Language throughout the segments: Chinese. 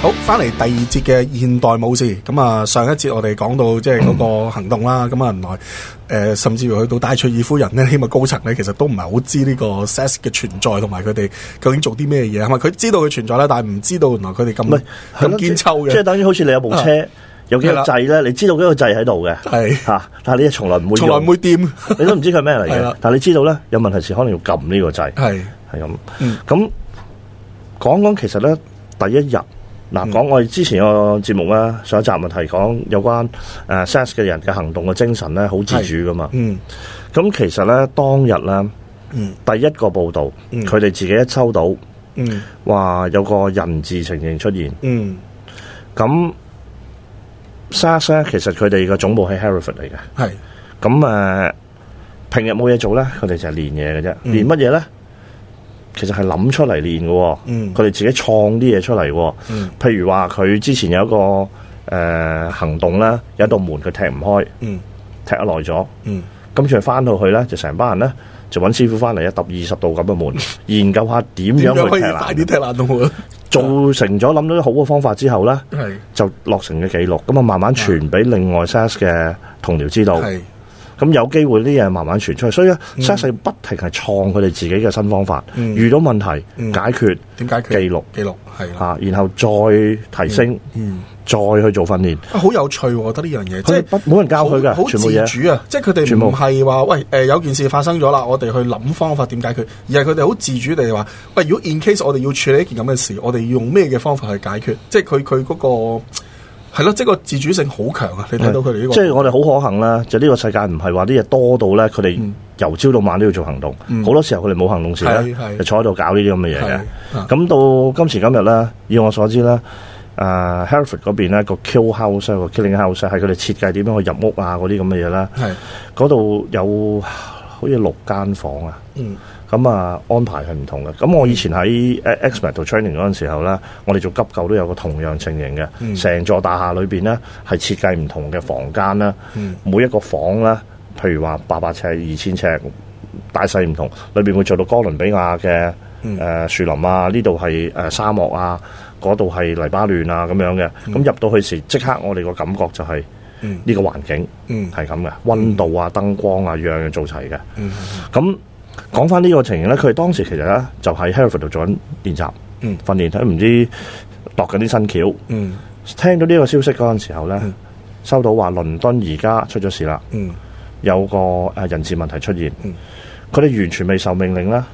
好，翻嚟第二節嘅現代武士，咁啊上一節我哋講到即係嗰個行動啦，咁啊原來誒、呃甚至乎去到戴卓爾夫人呢，希望高層咧其實 都唔係好知呢個 SAS 嘅存在同埋佢哋究竟做啲咩嘢，係咪佢知道佢存在啦，但係唔知道原來佢哋唔係咁係咯咁堅抽即即嘅，係啊等於好似你有部車有幾個係啦掣咧，你知道嗰個掣喺度嘅，係嚇，但係你從來唔會從來唔用會，掂，你都唔知佢係咩嚟係嘅啦，但係你知道咧有問題時可能要撳呢個掣，係係咁嗯。咁講講其實咧第一日。嗱，嗯講我哋之前個節目咧，上一集咪提講有關誒 SAS 嘅人嘅行動嘅精神咧，好自主噶嘛。嗯咁其實咧，當日咧，嗯第一個報導，嗯佢哋自己一收到，嗯話有個人質情形出現。嗯咁 SAS 咧，其實佢哋嘅總部喺 Hereford 嚟嘅。係咁誒、呃平日冇嘢做咧，佢哋就係練嘢嘅啫。嗯練乜嘢咧？其實係諗出嚟練嘅喎。嗯佢哋自己創啲嘢出嚟喎。嗯譬如話，佢之前有一個誒、呃行動啦，有一道門佢踢唔開，嗯踢得耐咗。嗯咁佢翻到去咧，就成班人咧就揾師傅翻嚟一揼二十度咁嘅門，研究下點點樣樣去可以踢快啲爛。啊踢爛到佢？造成咗諗到啲好嘅方法之後咧，係就落成嘅記錄，咁啊慢慢傳俾另外 SAS 嘅同僚知道。係咁有機會呢啲嘢慢慢傳出去，所以咧 SAS 係不停係創佢哋自己嘅新方法，嗯遇到問題嗯解決點解決記錄記錄係啦，啊，然後再提升，嗯。再去做訓練。啊好有趣喎，我覺得呢樣嘢，即佢係哋不冇人教佢好好嘅，全部嘢自主啊！即係佢哋全部唔係話喂誒、有件事發生咗啦，我哋去諗方法點解決，而係佢哋好自主地話喂，如果 in case 我哋要處理一件咁嘅事，我哋要用咩嘅方法去解決？即係佢佢嗰個係咯，即係個自主性好強啊！你睇到佢哋呢個即係我哋好可行啦，就呢個世界唔係話啲嘢多到咧，佢哋由朝到晚都要做行動。嗯好多時候佢哋冇行動時咧係係，就坐喺度搞呢啲咁嘅嘢係嘅。啊咁到今時今日咧，以我所知咧，誒 Hereford 嗰邊咧個 kill house 啊個 killing house 係佢哋設計點樣去入屋啊嗰啲咁嘅嘢啦。係嗰度有好似六間房啊。嗯咁啊，安排係唔同嘅。咁我以前喺 Xmed 度 training 嗰陣時候咧，我哋做急救都有個同樣情形嗯嘅。成、座大廈裏邊咧係設計唔同嘅房間啦，嗯每一個房啦，譬如話八百尺、二千尺，大細唔同，裏邊會做到哥倫比亞嘅嗯誒、呃樹林啊，呢度係誒沙漠啊，嗰度係黎巴嫩啊咁樣嘅。咁入到去時，即刻我哋個感覺就係嗯呢個環境嗯係咁嘅，温度啊、燈光啊，樣樣做齊嘅。嗯咁講翻呢個情形咧，佢哋當時其實咧就喺 Hereford 度做緊練習、嗯訓練，睇唔知度緊啲新橋。嗯聽到呢個消息嗰陣時候咧，嗯收到話倫敦而家出咗事啦，嗯有個誒人事問題出現嗯。佢哋、完全未受命令啦，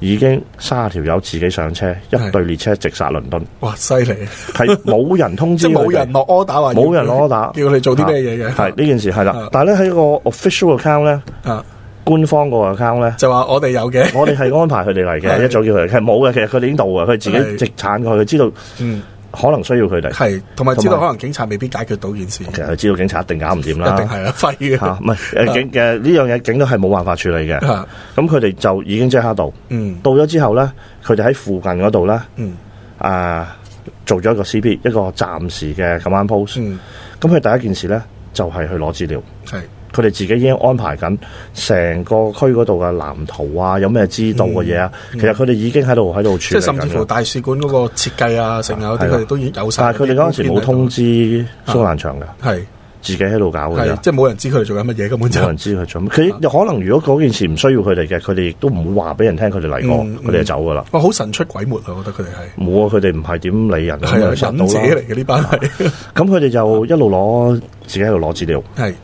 已經卅條友自己上車，係一隊列車直殺倫 敦，哇犀利！係冇人通即知係佢冇人哋。落 order 話要冇人攞打，叫佢哋做啲咩嘢嘅係呢件事係啊啦，但係咧喺個 official account 咧，啊，官方個 account 咧，就話我哋有嘅，我哋係安排佢哋係嚟嘅，一早叫佢嚟，其實冇嘅，其實佢哋已經到嘅，佢係自己直產佢，佢知道嗯可能需要佢哋，係，同埋知道同埋可能警察未必解決到件事，一其實佢知道警察一定搞唔掂定啦，係啊 廢嘅嚇，唔係誒警嘅呢樣嘢，警都係冇辦法處理嘅，啊咁佢哋就已經即刻到，嗯到咗之後咧，佢哋喺附近嗰度咧，嗯啊做咗一個 CP，一個暫時嘅 command post，嗯咁佢第一件事咧就係去攞資料。係。佢哋自己已經安排緊成個區嗰度嘅藍圖啊，有咩知道嘅嘢啊，其實佢哋已經喺度喺度處嗯即理係甚至緊乎嘅。大使館嗰個設計啊，成啊嗰啲，係啊佢哋都已經有晒。但係佢哋嗰陣時冇通，知啊蘇蘭場嘅，係自己喺度搞係嘅啊啫，即係冇人知佢哋做緊乜嘢，根本就冇人知佢做乜。佢有可能如果嗰件事唔需要佢哋嘅，佢哋亦都唔會話俾人聽佢哋嚟過，嗯嗯佢哋就走噶啦。哇好神出鬼沒啊！我覺得佢哋係冇啊！佢哋唔係點理人啊，係咁啊就殺忍到者啦。啊嚟嘅呢班係咁佢哋就一路攞自己喺度攞資料。 係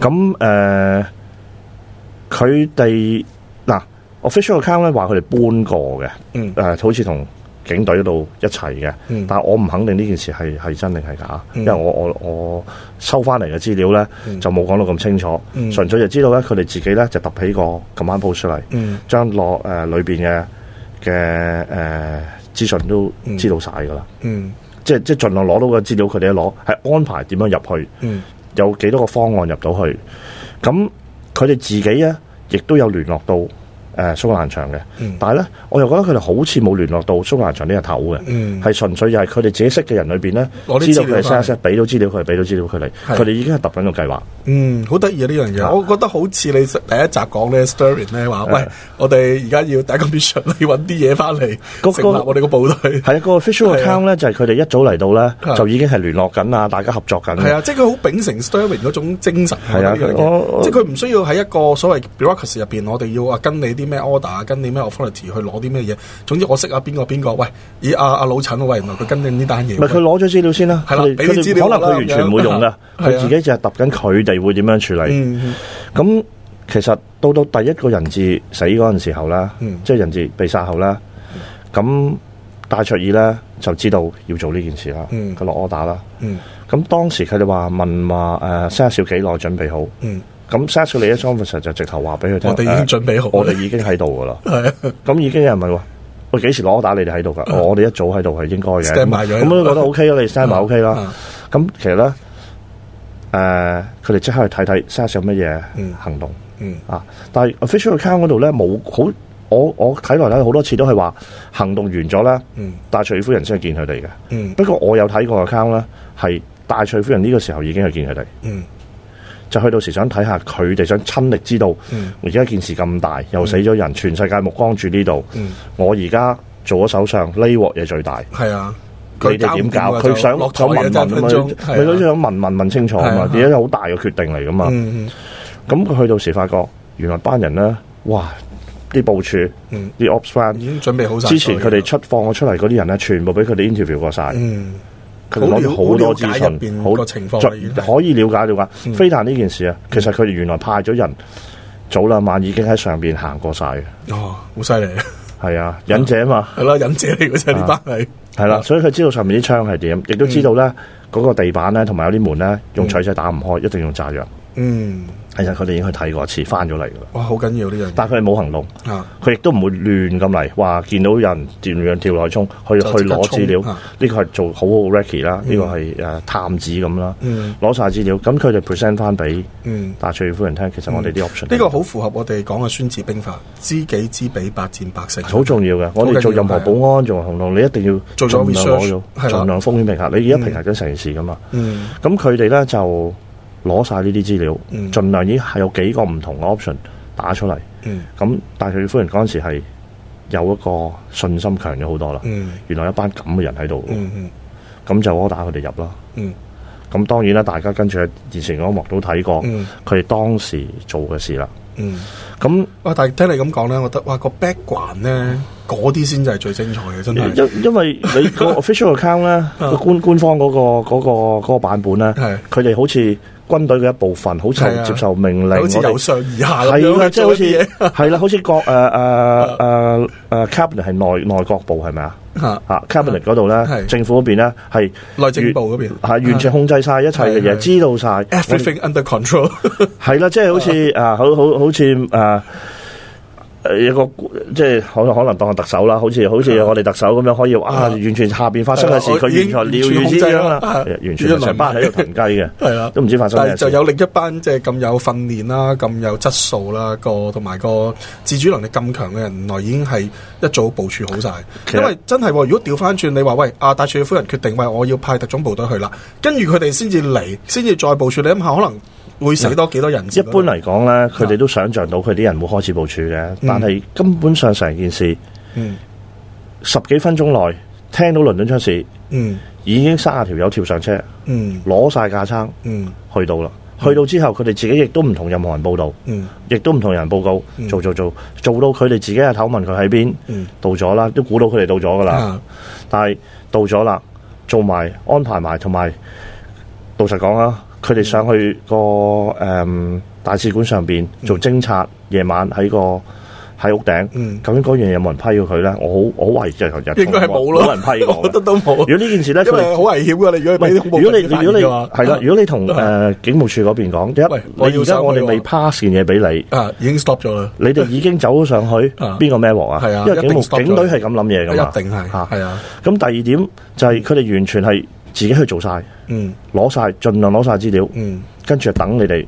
咁誒，佢哋嗱 official account 咧話佢哋搬過嘅。嗯誒、呃好似同警隊嗰度一齊嘅，嗯但係我唔肯定呢件事係係真定係假，嗯因為我我我收翻嚟嘅資料咧、嗯就冇講到咁清楚，嗯純粹就知道咧佢哋自己咧就揼起個 command post 出嚟，嗯將落誒裏邊嘅嘅誒資訊都知道晒㗎啦，嗯即係即係盡量攞到嘅資料佢哋一攞，係安排點樣入去，嗯有幾多個方案入到去，咁佢哋自己咧亦都有聯絡到誒蘇格蘭場嘅。嗯但係咧，我又覺得佢哋好似冇聯絡到蘇格蘭場呢個頭嘅，係、嗯純粹就係佢哋自己識嘅人裏邊咧，攞啲知道資佢哋料翻 SAS 俾到資料佢哋，俾到資料佢哋，係佢哋已經係揼緊個計劃。嗯，好得意啊！呢樣啊嘢，我覺得好似你第一集講咧 s t e r i n 咧話，喂，我哋而家要第一個 mission，你揾啲嘢翻嚟嗰成立嗰我哋個部隊。係啊，個 official 係啊 account 咧就係佢哋一早嚟到係咧，就已經係聯絡緊啊，大家合作緊。係啊，即係佢好秉承 Stirling 嗰種精神。係啊我覺得呢樣嘢我我即係佢唔需要喺一個所謂 bureaucracy 入邊，我哋要啊跟你啲咩 order，跟你咩 authority 去攞啲咩嘢。總之我識啊邊個邊個，喂，咦阿阿老陳啊，喂，原來佢跟緊呢單嘢。唔係佢攞咗資料先啦，係啦佢哋俾啲佢哋資料可能佢啦完全冇用咁樣噶，係佢啊自己就係揼緊佢哋會點樣處理。嗯嗯咁其實到到第一個人質死嗰陣時候啦，嗯即係人質被殺後啦，咁戴卓爾咧就知道要做呢件事啦，嗯佢落 order 啦。嗯咁當時佢哋話問話誒 s a s 要幾耐準備好？嗯，咁 s a s 你一 officer 就直頭話俾佢聽，我哋已經準備好誒啊我哋已經喺度噶啦。係啊咁已經有人問話。喂，幾時攞打你哋喺度㗎？我哋一早喺度係應該嘅。 Stand by 咗喺咁度都覺得 OK 啊啦，你 stand by OK 啦。啊咁其實咧，誒、佢哋即刻去睇睇 SAS 有乜嘢行動、嗯啊！但係 official account 嗰度咧冇好，我我睇來睇好多次都係話行動完咗咧，嗯戴翠夫人先去見佢哋嘅。嗯不過我有睇過 account 咧，係戴翠夫人呢個時候已經去見佢哋，嗯就去到時想睇下佢哋想親歷知道，嗯而家件事咁大，又死咗人，全世界目光住呢度，嗯，我而家做咗首相，呢鑊嘢最大。係啊。佢哋點搞？佢想落台想嘅問真係問咁分樣，鐘，佢都係啊想問問問清楚啊係嘛啊！而家好大嘅決定嚟噶嘛。嗯嗯咁佢去到時發覺，原來班人咧，哇！啲部署、嗯啲 ops plan，已經準備好晒。之前佢哋，出放咗出嚟嗰啲人咧，全部俾佢哋 interview 過晒，嗯佢哋攞咗好多資好了解入訊，邊好個情況嗯就啦已經係可以了解了解。飛彈呢件事啊，嗯其實佢哋原來派咗人早兩晚已經喺上邊行過晒嘅，哦，好犀利， 係啊，忍者啊嘛。係啦，忍者嚟嘅啫，啊呢班係，系啦，所以佢知道上面啲窗係點，亦都知道咧嗯嗰個地板咧，同埋有啲門咧，用錘仔打唔開，一定用炸藥。嗯，其實佢哋已經去睇過一次，翻咗嚟噶啦。哇，好緊要呢樣但係佢哋冇行動，嘢啊，佢亦都唔會亂咁嚟，話見到有人點樣跳落去衝，去就即去刻攞資料衝啊。呢個係做好好 recce 啦，呢個係誒探子咁啦，嗯攞晒資料，咁佢哋 present 翻俾嗯。大翠夫人聽，其實我哋啲 option 呢個好符合我哋講嘅孫子兵法，知己知彼，百戰百勝。好重要嘅，我哋做任何保安、做行動，你一定要做咗盡量 research，攞係到，啦盡量風險平衡。你而家平衡緊成件事噶嘛？嗯咁佢哋咧就攞晒呢啲資料，嗯盡量已經係有幾個唔同嘅 option 打出嚟。嗯咁但係佢夫人嗰陣時係有一個信心強咗好多啦。嗯原來一班咁嘅人喺度，嗯嗯咁、就柯打佢哋入啦。嗯咁當然啦，大家跟住以前嗰一幕都睇過，嗯佢哋當時做嘅事啦。嗯。咁哇！但係聽你咁講咧，我覺得哇個 background 咧，嗰啲先至係最精彩嘅，真係。因因為 你個 official account 咧，個官官方嗰、個嗰、個嗰個版本咧嗯係，佢哋好似軍隊嘅一部分，好係啊似接受命令，好似我哋由上而下咁係樣啦，去即係好做一啲似嘢。 係啦，好似呃國誒 誒誒誒呃 cabinet 係內內閣部係咪啊？嚇啊 cabinet 嗰度咧嗯係，政府嗰邊咧係內政部嗰邊係完全控制晒一切嘅係嘢，係知道晒 everything under control。係啦，即係好似哦啊，好好好似誒。誒一個即係可能可能當係特首啦，好似好似係我哋特首咁樣，可以話啊，係完全下邊發生嘅事，啊係啊佢我已經完全了完如全控指制啊掌啦，啦係完全係成班喺度騰 雞嘅，係啦都唔知發生但咩係事就。有另一班即係咁有訓練啦、咁有質素啦、個同埋個自主能力咁強嘅人，原來已經係一早部署好晒。其實因為真係喎，如果調翻轉你話喂，阿戴卓夫人決定喂，我要派特種部隊去啦，跟住佢哋先至嚟，先至再部署。你諗下，可能會死多幾多人？一般，啊嚟講咧，佢哋都想像到佢啲人會開始部署嘅，但係根本上成件事嗯十幾分鐘內聽到倫敦出事，嗯已經三十條友跳上車，嗯攞晒架撐嗯去到啦。去到之後，佢哋自己亦都唔同任何人報道，嗯亦都唔同人報告，做做做，做到佢哋自己嘅頭問佢喺邊，嗯到咗啦，都估到佢哋到咗噶啦。啊但係到咗啦，做埋安排埋，同埋老實講啊，佢哋上去個誒、嗯大使館上邊做偵察，夜晚喺個喺屋頂。嗯究竟嗰樣嘢有冇人批過佢咧？我好我好懷疑就有人應該係冇咯冇人批 過我覺得嘅。都冇，如果呢件事咧，因佢為哋好危險㗎。你如唔果俾啲恐怖係如果分子你如發現果你嘅話係啦，如果你同誒警務處嗰邊講，啊喂第我一，你要而家上去我哋未喎 pass 件嘢俾你。啊已經 stop 咗啦，你哋已經走咗上去，啊邊個孭鑊啊？係啊因為警一定務 stop 咗警隊係咁諗嘢噶嘛，一定係嚇係啊，咁第二點就係佢哋完全係自己去做晒，嗯攞晒，盡量攞晒資料，嗯。跟住就等你哋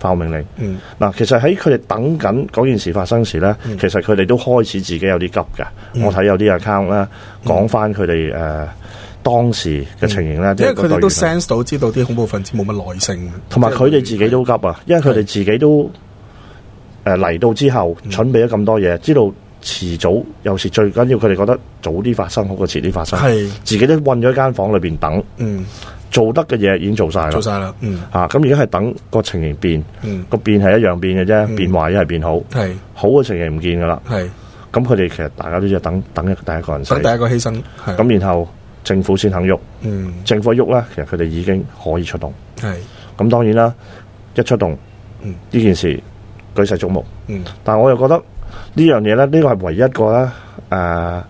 炮命令。嗯嗱，其實喺佢哋等緊嗰件事發生時咧，其實佢哋都開始自己有啲急嘅。嗯我睇有啲 account 咧講翻佢哋誒當時嘅情形咧，嗯因即係為個佢哋隊都員 sense 到知道啲恐怖分子冇乜耐性，同埋佢哋自即係己都急啊，因為佢哋自己都誒嚟到之後，嗯準備咗咁多嘢，知道遲早有時最緊要，佢哋覺得早啲發生好過遲啲發生。係自己都困咗喺間房裏邊等，嗯做得嘅嘢已經做晒啦做。晒啦，嗯嚇咁而家係等個情形變，嗯個變係一樣變嘅啫，變壞一係變好，係好嘅情形唔見噶啦。係咁佢哋其實大家都要等等一第一個人死，等第一個犧牲係咁然後政府先肯喐，嗯政府一喐咧，其實佢哋已經可以出動。係咁當然啦，一出動，呢、嗯件事舉世矚目。嗯但我又覺得呢樣嘢咧，呢個係唯一一個咧誒、呃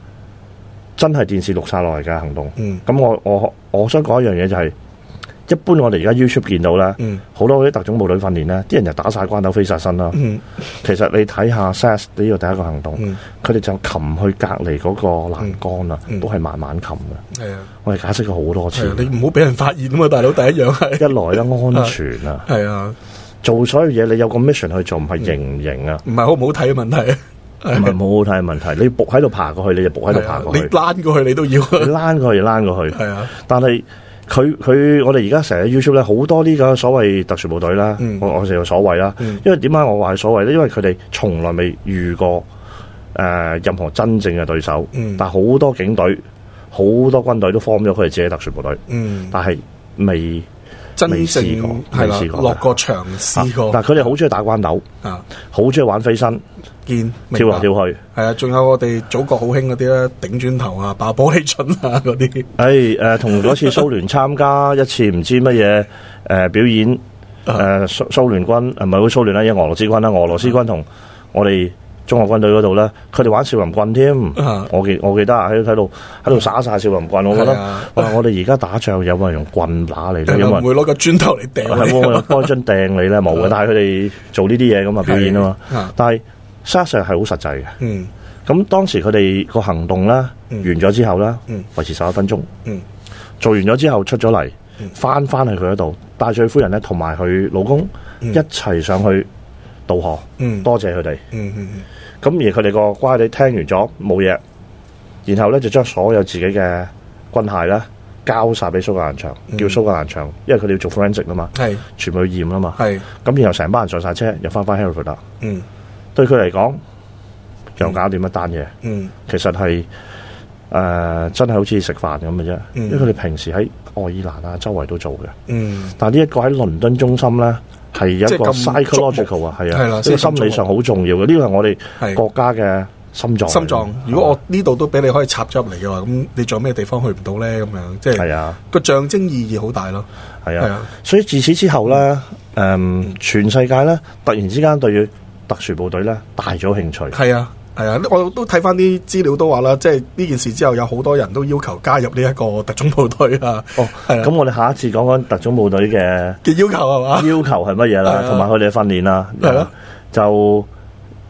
真係電視錄晒落嚟嘅行動。嗯咁我我我想講一樣嘢就係、一般我哋而家 YouTube 見到咧，嗯好多嗰啲特種部隊訓練咧，啲人就打晒關鬥飛殺身啦。嗯其實你睇下 SAS 呢個第一個行動，嗯佢哋、就擒去隔離嗰個欄杆啦，嗯都係慢慢擒嘅。係啊我哋解釋過好多係次啊，，你唔好俾人發現啊嘛，大佬第一樣係一來咧安 全啊，係啊，做所有嘢你有個 mission 去做，唔嗯係型唔型啊，唔係好唔好睇嘅問題，唔係冇好睇嘅問題。你仆喺度爬過去，你就仆喺度係爬啊過你去，躝過去你都要，你係躝過去就躝過去。啊，但係佢佢我哋而家成日 YouTube 咧好多呢個所謂特殊部隊啦，嗯我我成日所謂啦，嗯因為點解我話係所謂咧？因為佢哋從來未遇過誒、呃任何真正嘅對手，嗯但係好多警隊、好多軍隊都 form 咗佢哋自己嘅特殊部隊，嗯，但係未真正未試過係啦未試，過落過場試過但係佢哋好中意打關鬥，啊，好中意玩飛身、見跳明嚟。白跳去。係啊，仲有我哋祖國好興嗰啲咧，頂磚頭啊，爆玻璃樽啊嗰啲，誒誒，呃同嗰、次蘇聯參加一次唔知乜嘢誒表演，啊誒蘇蘇聯軍呃唔係好蘇聯啦，因為俄羅斯軍啦，俄羅斯軍同我哋中國軍隊嗰度咧，佢哋玩少林棍添。啊我記我記得啊，喺喺度喺度耍晒少林棍，我覺得係啊哇！我哋而家打仗有冇人用棍打你咧？有唔冇人啊會攞個磚頭嚟掟係你冇人幫樽掟你咧？冇嘅，但係佢哋做呢啲嘢咁啊表演啊嘛啊係啊。但係沙上係好實際嘅。嗯咁當時佢哋個行動啦，嗯完咗之後啦，嗯維持十一分鐘。嗯做完咗之後出咗嚟嗯，翻翻去佢嗰度，帶住佢夫人咧同埋佢老公嗯一齊上去渡河，嗯多謝佢哋。嗯嗯咁而佢哋個乖女聽完咗冇嘢，然後咧就將所有自己嘅軍械咧交晒俾蘇格蘭場，嗯叫蘇格蘭場，因為佢哋要做 forensic 啊嘛，係全部去驗啊嘛。係咁然後成班人上晒車，又翻返 Hereford 啦。嗯對佢嚟講，又搞掂一單嘢。嗯其實係誒、呃真係好似食飯咁嘅啫，嗯因為佢哋平時喺愛爾蘭啊周圍都做嘅，嗯但係呢一個喺倫敦中心咧係一即係個咁觸 psychological 啊，係啊，係啦呢即個係咁心理上好重要嘅，呢個係我哋係國家嘅心臟嚟嘅。心臟。如果我呢度都俾你可以插咗入嚟嘅話，咁你仲有咩地方去唔到咧？咁樣即係係啊個象徵意義好大咯。係係啊啊，所以自此之後咧，誒、全世界咧突然之間對特殊部隊咧大咗興趣。係啊。係啊，我都睇翻啲資料都話啦，即係呢件事之後，有好多人都要求加入呢一個特種部隊啊。哦，係啊咁我哋下一次講講特種部隊嘅。嘅要求係嘛？要求係乜嘢係啦，啊同埋佢哋嘅訓練啦，係咯就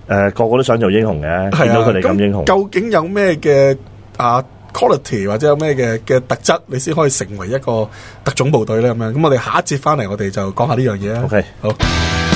誒個個都想做英雄嘅，係見啊到佢哋咁英雄，究竟有咩嘅啊 quality 或者有咩嘅嘅特質，你先可以成為一個特種部隊咧？咁樣咁，我哋下一節翻嚟，我哋就講下呢樣嘢啊。 OK 好。